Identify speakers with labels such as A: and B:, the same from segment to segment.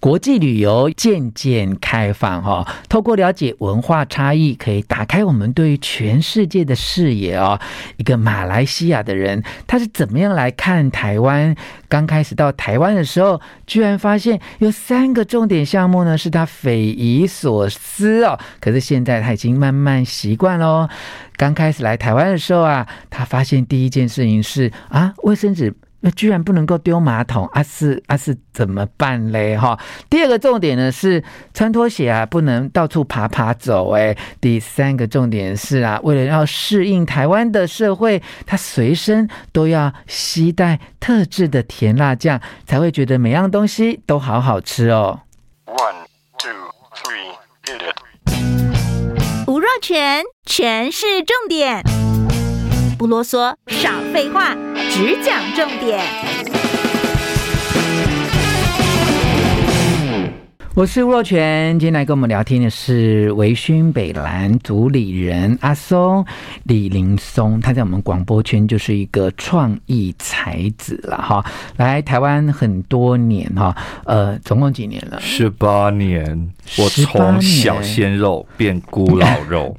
A: 国际旅游渐渐开放哈、透过了解文化差异，可以打开我们对于全世界的视野哦。一个马来西亚的人，他是怎么样来看台湾？刚开始到台湾的时候，居然发现有三个重点项目呢，是他匪夷所思哦。可是现在他已经慢慢习惯喽。刚开始来台湾的时候啊，他发现第一件事情是啊，卫生纸呃居然不能够丢马桶，啊是啊是怎么办嘞？哈、第二个重点呢是穿拖鞋啊，不能到处爬爬走、哎，第三个重点是啊，为了要适应台湾的社会，他随身都要携带特制的甜辣酱，才会觉得每样东西都好好吃哦。
B: One, two, three, hit it.
C: 吴若全，全是重点，不啰嗦，少废话，只讲重点。
A: 我是吴若泉，今天来跟我们聊天的是维勋北兰主理人阿松李林松，他在我们广播圈就是一个创意才子了哈，来台湾很多年哈，呃，总共几 年了？
D: 十八年，我
A: 18
D: 从小
A: 年
D: 鲜肉变孤老肉，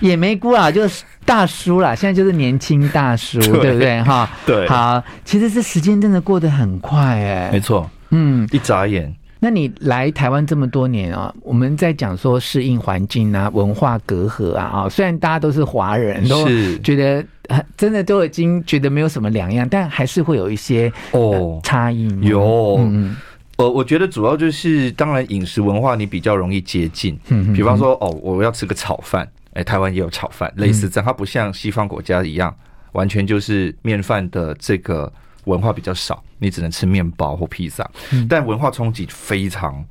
A: 也没估啊，就是大叔啦，现在就是年轻大叔，对
D: 对
A: 不对哈？
D: 对
A: 好，其实这时间真的过得很快哎、
D: 没错，
A: 嗯，
D: 一眨眼。
A: 那你来台湾这么多年啊，我们在讲说适应环境啊、文化隔阂啊啊，虽然大家都是华人，都
D: 是
A: 觉得呃真的都已经觉得没有什么两样，但还是会有一些
D: 哦
A: 差异吗。
D: 有
A: 嗯
D: 呃，我觉得主要就是，当然饮食文化你比较容易接近，
A: 嗯嗯
D: 比方说哦，我要吃个炒饭，哎、台湾也有炒饭，类
A: 嗯
D: 似这样，它不像西方国家一样，完全就是面饭的这个文化比较少，你只能吃面包或披萨，
A: 嗯
D: 但文化冲击非常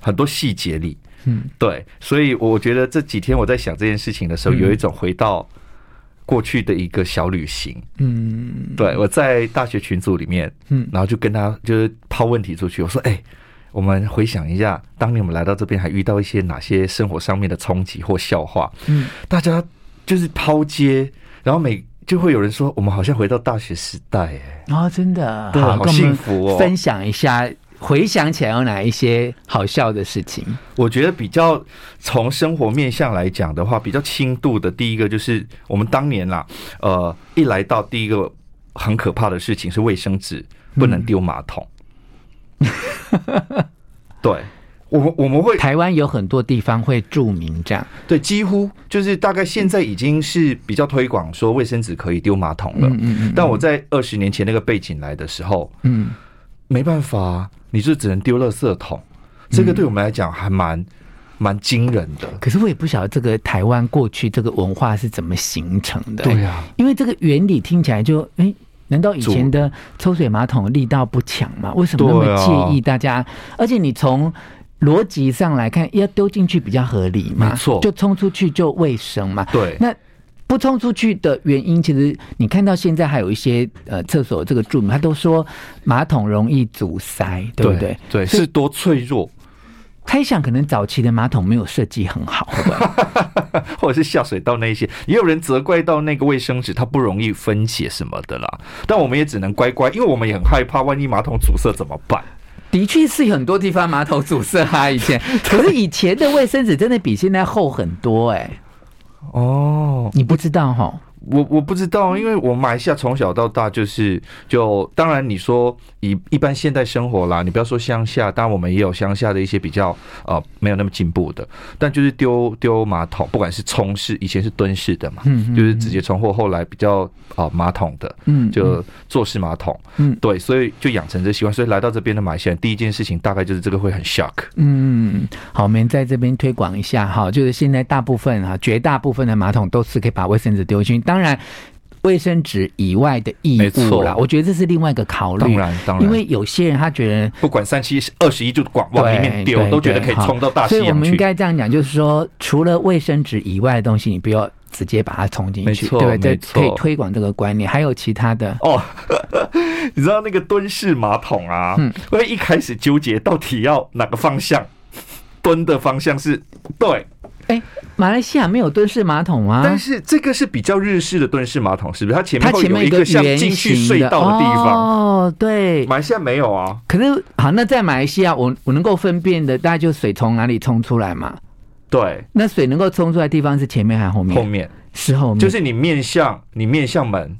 D: 很多细节里，
A: 嗯，
D: 对，所以我觉得这几天我在想这件事情的
A: 嗯
D: 时候，有一种回到过去的一个小旅行，
A: 嗯
D: 对，我在大学群组里面，
A: 嗯
D: 嗯，然后就跟他就是抛问题出去，我说，哎、我们回想一下，当年我们来到这边还遇到一些哪些生活上面的冲击或笑话，
A: 嗯
D: 大家就是抛接，然后每就会有人说，我们好像回到大学时代、哎，
A: 嗯，哦，真的
D: 对好
A: 跟我们
D: 幸福哦
A: 分享一下，回想起来有哪一些好笑的事情？
D: 我觉得比较从生活面向来讲的话，比较轻度的，第一个就是我们当年啦，呃，一来到第一个很可怕的事情是卫生纸不能丢马桶，对。我们我们会
A: 台湾有很多地方会注明这样，
D: 对，几乎就是大概现在已经是比较推广说卫生纸可以丢马桶了。
A: 嗯嗯嗯
D: 但我在二十年前那个背景来的时候，
A: 嗯，
D: 没办法啊，你就只能丢垃圾桶。
A: 嗯
D: 这个对我们来讲还蛮蛮惊人的。
A: 可是我也不晓得这个台湾过去这个文化是怎么形成的、
D: 对啊
A: 因为这个原理听起来就哎。难道以前的抽水马桶力道不强吗？为什么那
D: 对
A: 么
D: 啊
A: 介意大家？而且你从逻辑上来看，要丢进去比较合理嘛，
D: 没错
A: 就冲出去就卫生嘛。
D: 对
A: 那不冲出去的原因，其实你看到现在还有一些呃厕所这个注明，他都说马桶容易阻塞，对不对？
D: 对，
A: 所以
D: 是多脆弱，
A: 猜想可能早期的马桶没有设计很好，会不会
D: 或者是下水道那一些，也有人责怪到那个卫生纸它不容易分解什么的啦。但我们也只能乖乖，因为我们也很害怕，万一马桶阻塞怎么办？
A: 的确是有很多地方马桶阻塞啊，以前。 可是以前的卫生纸真的比现在厚很多哎、
D: 哦，
A: 你不知道哈？
D: 我我不知
A: 嗯
D: 道，因为我马来西亚从小到大就是就，当然你说以一般现代生活啦，你不要说乡下，当然我们也有乡下的一些比较呃没有那么进步的，但就是丢丢马桶，不管是冲式，以前是蹲式的嘛，
A: 嗯
D: 就是直接冲，或后来比较啊、呃马桶的，
A: 嗯
D: 就坐式马桶，
A: 嗯
D: 对，所以就养成这习惯，所以来到这边的马来西亚，第一件事情大概就是这个会很 shock，
A: 嗯，好，我们在这边推广一下哈，就是现在大部分啊，绝大部分的马桶都是可以把卫生纸丢进去，当然。卫生纸以外的异
D: 没
A: 物
D: 错
A: 啦，我觉得这是另外一个考虑。
D: 当然当然
A: 因为有些人他觉得
D: 不管三七二十一就往往
A: 对
D: 里面
A: 对
D: 丢，都觉得
A: 对
D: 可以
A: 好
D: 冲到大西
A: 所以我
D: 洋
A: 们应
D: 去。
A: 该这样讲，就是说，除了卫生纸以外的东西，你不要直接把它冲进
D: 没
A: 去，对
D: 错
A: 不对？这
D: 没错
A: 可以推广这个观念。还有其他的，
D: 哦， 你知道那个蹲式马桶啊，
A: 嗯
D: 会 一开始纠结到底要哪个方向，蹲的方向是对
A: 哎，马来西亚没有蹲式马桶吗？
D: 但是这个是比较日式的蹲式马桶，是不是？它前
A: 啊它
D: 面会
A: 前
D: 有
A: 面
D: 一
A: 个
D: 个像
A: 圆
D: 进去
A: 形
D: 隧
A: 的
D: 道的地方，
A: 哦，对。
D: 马来西亚没有啊。
A: 可是好，那在马来西亚，我我能够分辨的，大概就水从哪里冲出来嘛。
D: 对，
A: 那水能够冲出来的地方是前面还是后面？
D: 后面
A: 是后面，
D: 就是你面向你面向门，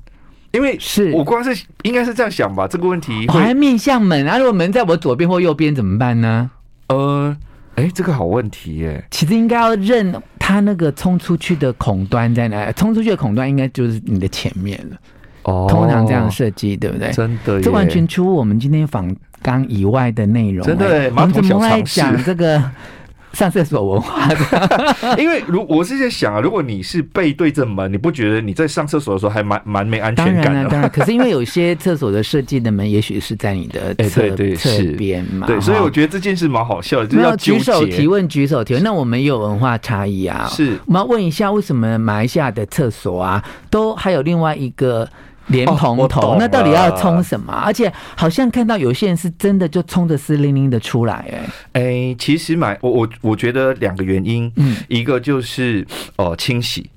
D: 因为
A: 是
D: 我光是应该是这样想吧，这个问题
A: 我哦还
D: 会
A: 面向门啊。如果门在我左边或右边怎么办呢？
D: 呃，哎，这个好问题耶。
A: 其实应该要认它那个冲出去的孔端在哪，冲出去的孔端应该就是你的前面了。
D: 哦
A: 通常这样设计，对不对？
D: 真的耶，
A: 这完全出乎我们今天访纲以外的内容、
D: 真的
A: 哎
D: 耶
A: 我
D: 马
A: 们
D: 桶
A: 怎么
D: 小
A: 会
D: 常识
A: 讲这个上厕所文 化的？
D: 因为如我是在想啊，如果你是背对着门，你不觉得你在上厕所的时候还蛮蛮没安
A: 当
D: 全
A: 然
D: 感啊
A: 了，
D: 的
A: 当然。
D: 吗？
A: 可是因为有些厕所的设计的门，也许是在你的
D: 哎
A: 侧、
D: 对对是
A: 侧边嘛。
D: 对，所以
A: 哈
D: 我觉得这件事蛮好笑的，就是
A: 没有
D: 要纠
A: 举手提
D: 结。
A: 问，举手提问。那我们也有文化差异啊。
D: 是
A: 我们要问一下，为什么马来西亚的厕所啊，都还有另外一个莲
D: 哦
A: 蓬
D: 我
A: 头？
D: 懂
A: 那到底要
D: 了
A: 冲什么啊？而且好像看到有些人是真的就冲着湿淋淋的出来、哎，
D: 哎、其实买我我我觉得两个原因，
A: 嗯
D: 一个就是呃清洗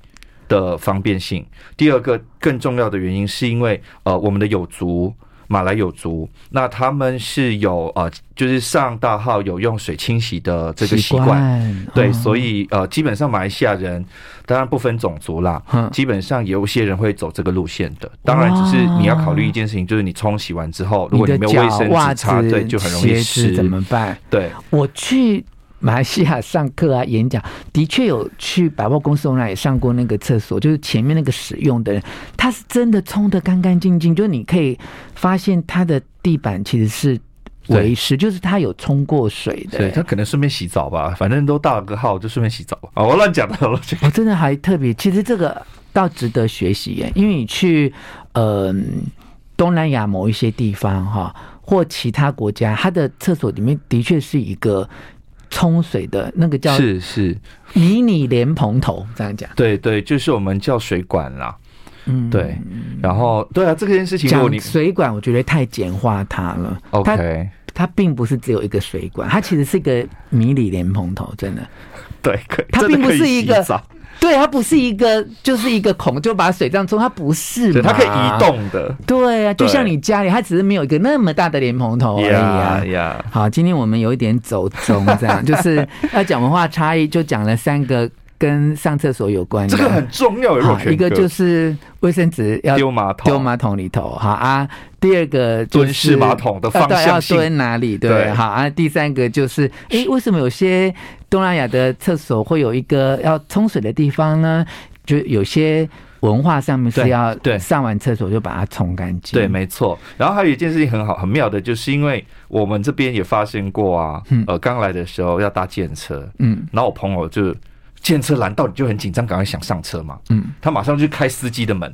D: 的方便性，第二个更重要的原因是因为呃我们的有族。马来有族，那他们是有呃，就是上大号有用水清洗的这个习惯，对，所
A: 以
D: 以呃，基本上马来西亚人当然不分种族啦
A: 嗯，
D: 基本上有些人会走这个路线的。当然，只是你要考虑一件事情，就是你冲洗完之后，如果
A: 的
D: 没有卫
A: 脚
D: 生
A: 袜子、
D: 纸擦，对，就很容易
A: 鞋子怎
D: 湿。
A: 么办？
D: 对，
A: 我去。马来西亚上课啊，演讲的确有去百货公司，我那也上过那个厕所，就是前面那个使用的人，他是真的冲得干干净净，就是你可以发现他的地板其实是为湿，就是他有冲过水的、
D: 对他可能顺便洗澡吧，反正都大了个号，就顺便洗澡吧。啊， 我乱讲的，我乱讲。
A: 我真的还特别，其实这个倒值得学习耶，因为你去呃东南亚某一些地方哈，或其他国家，它的厕所里面的确是一个冲水的那个叫
D: 是是，
A: 迷你莲蓬头，这样讲，
D: 对对，就是我们叫水管啦。
A: 嗯，
D: 对，然后对啊，这件事情如果
A: 讲
D: 你
A: 水管，我觉得太简化它了。它
D: OK，
A: 它并不是只有一个水管，它其实是一个迷你莲蓬头，真的。
D: 对，可以
A: 它
D: 真的
A: 并不
D: 可以
A: 是一
D: 洗
A: 个
D: 澡
A: 对，它不是一个，就是一个孔就把水这样冲，它不是
D: 对，
A: 嘛，
D: 它可以移动的。
A: 对啊，就
D: 对
A: 像你家里，它只是没有一个那么大的莲蓬头而已啊。
D: 呀呀，
A: 好，今天我们有一点走中，这样就是要讲文化差异，就讲了三个跟上厕所有关的。
D: 这个很重要，若
A: 好，
D: 泉
A: 嗯啊一个
D: 哥
A: 就是卫生纸要
D: 丢马桶，
A: 丢马桶里头，好啊。第二个就是
D: 蹲式马桶的方向性
A: 要要蹲哪里？对，
D: 对
A: 好啊。第三个就是，诶，为什么有些东南亚的厕所会有一个要冲水的地方呢？就有些文化上面是
D: 对
A: 要
D: 对
A: 上完厕所就把它冲干净。
D: 对，没错。然后还有一件事情很好很妙的，就是因为我们这边也发生过啊，呃，刚来的时候要搭电车，
A: 嗯
D: 然后我朋友就电车拦到，你就很紧张，赶快想上车嘛，
A: 嗯
D: 他马上就开司机的门。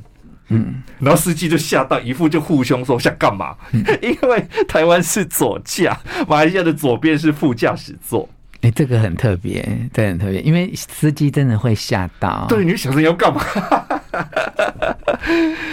A: 嗯，
D: 然后司机就吓到，一副就护胸说想干嘛？
A: 嗯
D: 因为台湾是左驾，马来西亚的左边是副驾驶座。
A: 哎、这个很特别，这个很特别，因为司机真的会吓到。
D: 对，，你就想着你要干嘛？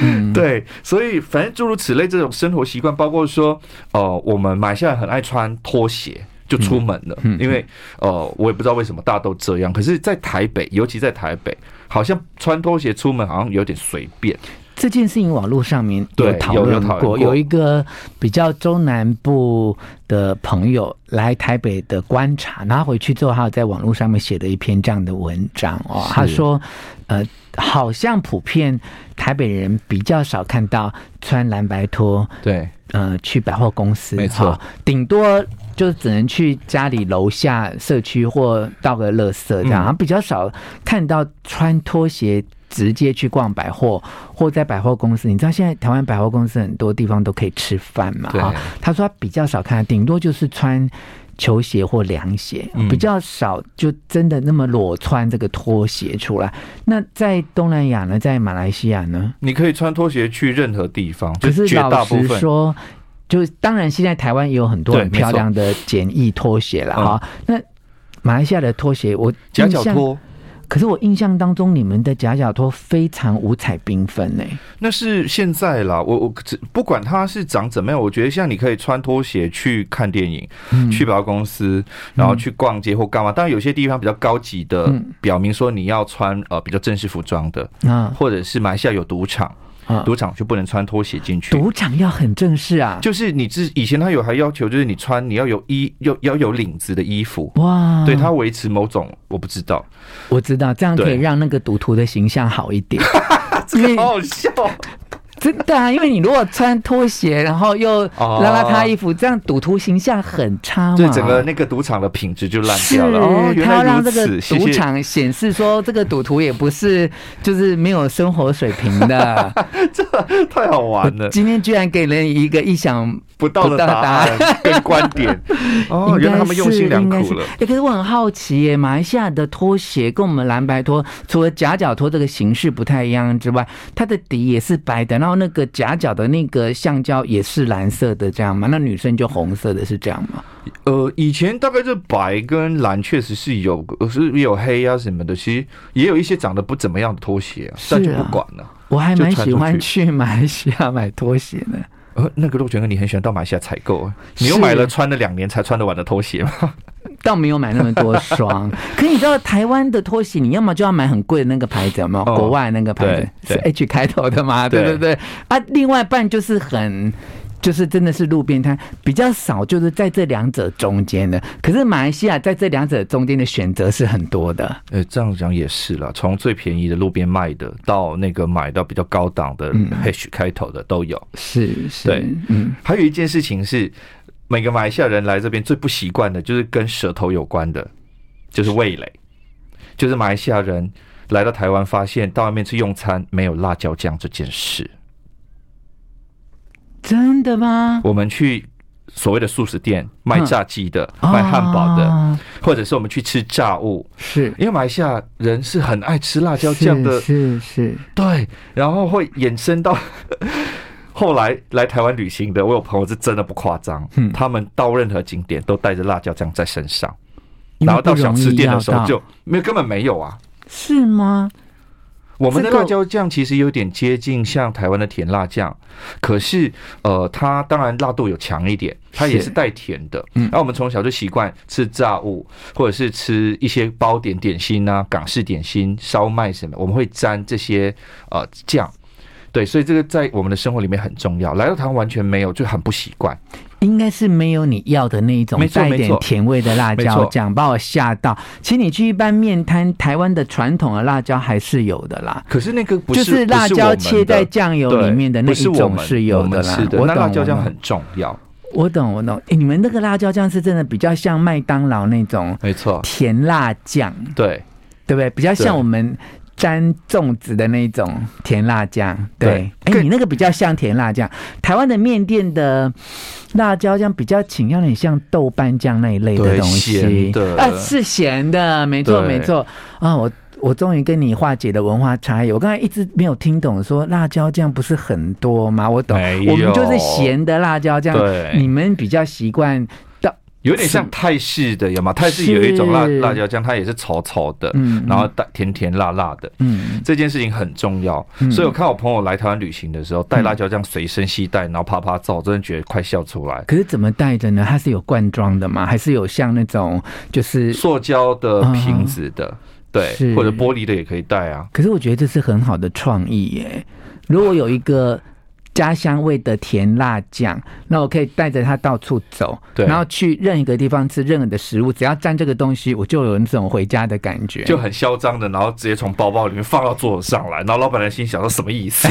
A: 嗯
D: 对，所以反正诸如此类这种生活习惯，包括说，呃，我们马来西亚人很爱穿拖鞋就出门了，
A: 嗯嗯
D: 因为呃，我也不知道为什么大家都这样，可是，在台北，尤其在台北，好像穿拖鞋出门好像有点随便。
A: 这件事情网络上面有
D: 对
A: 讨
D: 有有
A: 论
D: 讨论
A: 过，
D: 过
A: 有一个比较中南部的朋友来台北的观察，然后回去之后，他有在网络上面写了一篇这样的文章哦，
D: 是
A: 他说，呃，好像普遍台北人比较少看到穿蓝白拖，
D: 对，
A: 呃，去百货公司，
D: 没错
A: 哈，顶多就只能去家里楼下社区或倒个垃圾这样，
D: 嗯
A: 然后比较少看到穿拖鞋直接去逛百货或在百货公司。你知道现在台湾百货公司很多地方都可以吃饭嘛？
D: 对
A: 哈，他说他比较少看到，顶多就是穿。球鞋或凉鞋
D: 嗯
A: 比较少，就真的那么裸穿这个拖鞋出来。那在东南亚呢，在马来西亚呢？
D: 你可以穿拖鞋去任何地方，就
A: 可是
D: 绝大
A: 老
D: 部
A: 实
D: 分。
A: 说，就当然现在台湾也有很多
D: 对
A: 很漂亮的简易拖鞋了
D: 没错
A: 哈、那马来西亚的拖鞋，我
D: 夹脚
A: 印象
D: 拖，
A: 可是我印象当中，你们的假脚托非常五彩缤纷呢。
D: 那是现在啦，我我只不管它是长怎么样，我觉得像你可以穿拖鞋去看电影，
A: 嗯
D: 去百货公司，然后去逛街或干嘛。当然有些地方比较高级的，
A: 嗯
D: 表明说你要穿呃比较正式服装的，
A: 啊
D: 或者是马来西亚有赌场，
A: 啊，
D: 赌场就不能穿拖鞋进去。
A: 赌场要很正式啊，
D: 就是你之以前他有还要求，就是你穿你要有衣要要有领子的衣服，
A: 哇，
D: 对它维持某种我不知道，
A: 我知道，这样可以
D: 对
A: 让那个赌徒的形象好一点。 因为
D: 好好笑。
A: 真的啊，因为你如果穿拖鞋，然后又
D: 哦
A: 邋邋遢衣服，这样赌徒形象很差嘛。
D: 对整个那个赌场的品质就烂
A: 是，
D: 掉了。哦，原
A: 他要
D: 来
A: 让这
D: 如
A: 个
D: 此，谢
A: 赌
D: 谢。
A: 场显示说，这个赌徒也不是就是没有生活水平的。
D: 太好玩了
A: 我，今天居然给人一个意想
D: 不到的答案跟观点。 哦，原来他们用心良
A: 应该
D: 苦
A: 是
D: 了。
A: 哎、可是我很好奇耶，马来西亚的拖鞋跟我们蓝白拖，除了夹脚拖这个形式不太一样之外，它的底也是白的，然后那个夹脚的那个橡胶也是蓝色的，这样吗？那女生就红色的，是这样吗？
D: 呃，以前大概这白跟蓝确实是有，呃是有黑啊什么的，其实也有一些长得不怎么样的拖鞋、啊，
A: 是啊
D: 但就不管了。
A: 我还蛮
D: 就传
A: 喜欢
D: 出
A: 去马来西亚买拖鞋的。
D: 呃，那个肉卷哥，你很喜欢到马来西亚采购、啊，
A: 是
D: 你又买了穿了两年才穿得完的拖鞋吗？
A: 倒没有买那么多双，可你知道台湾的拖鞋，你要么就要买很贵的那个牌子，有没有？
D: 哦
A: 国外那个牌子是
D: 对
A: H 开头的嘛？对
D: 对
A: 对对。啊，另外半就是很，就是真的是路边摊比较少，就是在这两者中间的。可是马来西亚在这两者中间的选择是很多的，
D: 呃，这样讲也是啦，从最便宜的路边卖的，到那个买到比较高档的
A: 嗯
D: H 开头的都有。
A: 是是，
D: 对，
A: 嗯，
D: 还有一件事情是，每个马来西亚人来这边最不习惯的就是跟舌头有关的，就是味蕾，就是马来西亚人来到台湾发现到外面去用餐没有辣椒酱这件事。
A: 真的吗？
D: 我们去所谓的素食店卖炸鸡的、
A: 嗯
D: 卖汉堡的，
A: 啊
D: 或者是我们去吃炸物，
A: 是
D: 因为马来西亚人是很爱吃辣椒酱的，
A: 是是
D: 对，然后会衍生到后来来台湾旅行的，我有朋友是真的不夸张，
A: 嗯
D: 他们到任何景点都带着辣椒酱在身上，
A: 因为
D: 然后到
A: 不
D: 小
A: 容
D: 吃
A: 易
D: 店的
A: 要
D: 时候
A: 到
D: 就没有根本没有啊。
A: 是吗？
D: 我们的
A: 这个
D: 辣椒酱其实有点接近像台湾的甜辣酱，可是呃，它当然辣度有强一点，它也
A: 是
D: 是带甜的。
A: 嗯
D: 然后我们从小就习惯吃炸物，或者是吃一些包点点心啊、港式点心、烧麦什么，我们会沾这些呃酱。对，所以这个在我们的生活里面很重要。来到台湾完全没有，就很不习惯。
A: 应该是没有你要的那一种
D: 没错
A: 带一
D: 没
A: 点
D: 错
A: 甜味的辣椒酱，把我吓到。其实你去一般面摊，台湾的传统的辣椒还是有的啦，
D: 可是那个不
A: 就是是辣椒切在酱油里面的那一种
D: 是
A: 有
D: 我们
A: 的
D: 对不
A: 啦
D: 是我们我们吃。的
A: 我
D: 那
A: 懂，
D: 辣椒酱
A: 我懂
D: 很重要，
A: 我懂，我懂。诶你们那个辣椒酱是真的比较像麦当劳那种
D: 没错，
A: 甜辣酱，
D: 对。
A: 对不对？比较像
D: 对
A: 我们。沾粽子的那种甜辣酱，对
D: 对，
A: 哎、
D: 更
A: 你那个比较像甜辣酱，台湾的面店的辣椒酱比较倾向很像豆瓣酱那一类的
D: 对
A: 东西，
D: 咸的
A: 啊，是咸的，没错，
D: 对
A: 没错，啊，我我终于跟你化解了文化差异，我刚才一直没有听懂，说辣椒酱不是很多吗？我懂
D: 没，有
A: 我们就是咸的辣椒酱，
D: 对
A: 你们比较习惯到，
D: 有点像泰式的，有吗？泰式有一种辣
A: 是
D: 辣椒酱，它也是稠稠的，
A: 嗯嗯
D: 然后带甜甜辣辣的。
A: 嗯，
D: 这件事情很重要，所以我看我朋友来台湾旅行的时候，带辣椒酱随身携带，然后啪啪照，真的觉得快笑出来。
A: 可是怎么带着呢？它是有罐装的吗？还是有像那种就是？
D: 塑胶的瓶子的，
A: 嗯是
D: 对，或者玻璃的也可以带啊。
A: 可是我觉得这是很好的创意耶。如果有一个家乡味的甜辣酱，那我可以带着它到处走，
D: 对
A: 然后去任何一个地方吃任何的食物，只要沾这个东西，我就有那种回家的感觉。
D: 就很嚣张的，然后直接从包包里面放到桌子上来，然后老板娘心想说什么意 思？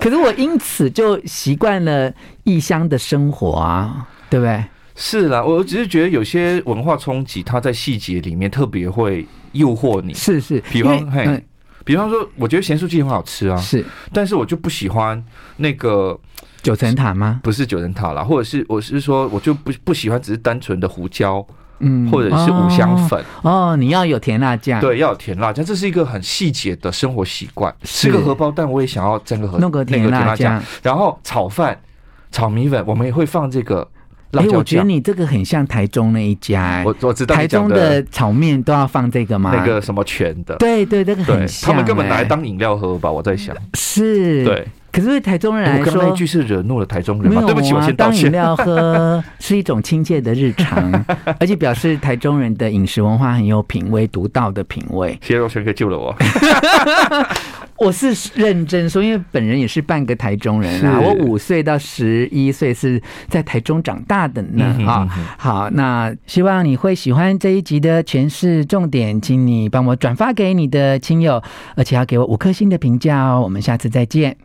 A: 可是我因此就习惯了异乡的生活啊，对不对？
D: 是啦，我只是觉得有些文化冲击，它在细节里面特别会诱惑你。
A: 是是，
D: 比方
A: 因为
D: 嘿比方说，我觉得咸酥鸡很好吃啊
A: 嗯，，是
D: 但是我就不喜欢那个
A: 九层塔吗？
D: 不是九层塔啦，或者是我是说我就不不喜欢只是单纯的胡椒
A: 嗯，
D: 或者是五香粉，
A: 哦哦，你要有甜辣酱，，
D: 对，要有甜辣酱，这是一个很细节的生活习惯。
A: 是
D: 吃个荷包蛋，我也想要沾个荷
A: 弄个
D: 那
A: 甜辣
D: 辣
A: 酱，
D: 然后炒饭、炒米粉，我们也会放这个辣
A: 哎，
D: 椒
A: 我觉得
D: 酱。
A: 你这个很像台中那一家、哎
D: 我我知道你
A: 台
D: 讲
A: 中的炒面都要放这个吗？
D: 那个什么泉的，
A: 对对，那个
D: 对
A: 很像、
D: 他们根本拿来
A: 哎
D: 当饮料喝吧，我在想。
A: 是，
D: 对，
A: 可是对台中人
D: 我
A: 来
D: 刚刚那
A: 说
D: 一。句是惹怒了台中人
A: 没有
D: 吗？
A: 啊，
D: 对不起，我先道
A: 当饮
D: 歉。
A: 料喝 是一种亲切的日常，而且表示台中人的饮食文化很有品味，独到的品味。
D: 谢谢若瑄哥救了我。
A: 我是认真说，因为本人也是半个台中人啊，
D: 是
A: 我五岁到十一岁是在台中长大的呢
D: 嗯哼
A: 啊、
D: 嗯哼
A: 好，那希望你会喜欢这一集的全市重点，请你帮我转发给你的亲友，而且要给我五颗星的评价哦。我们下次再见。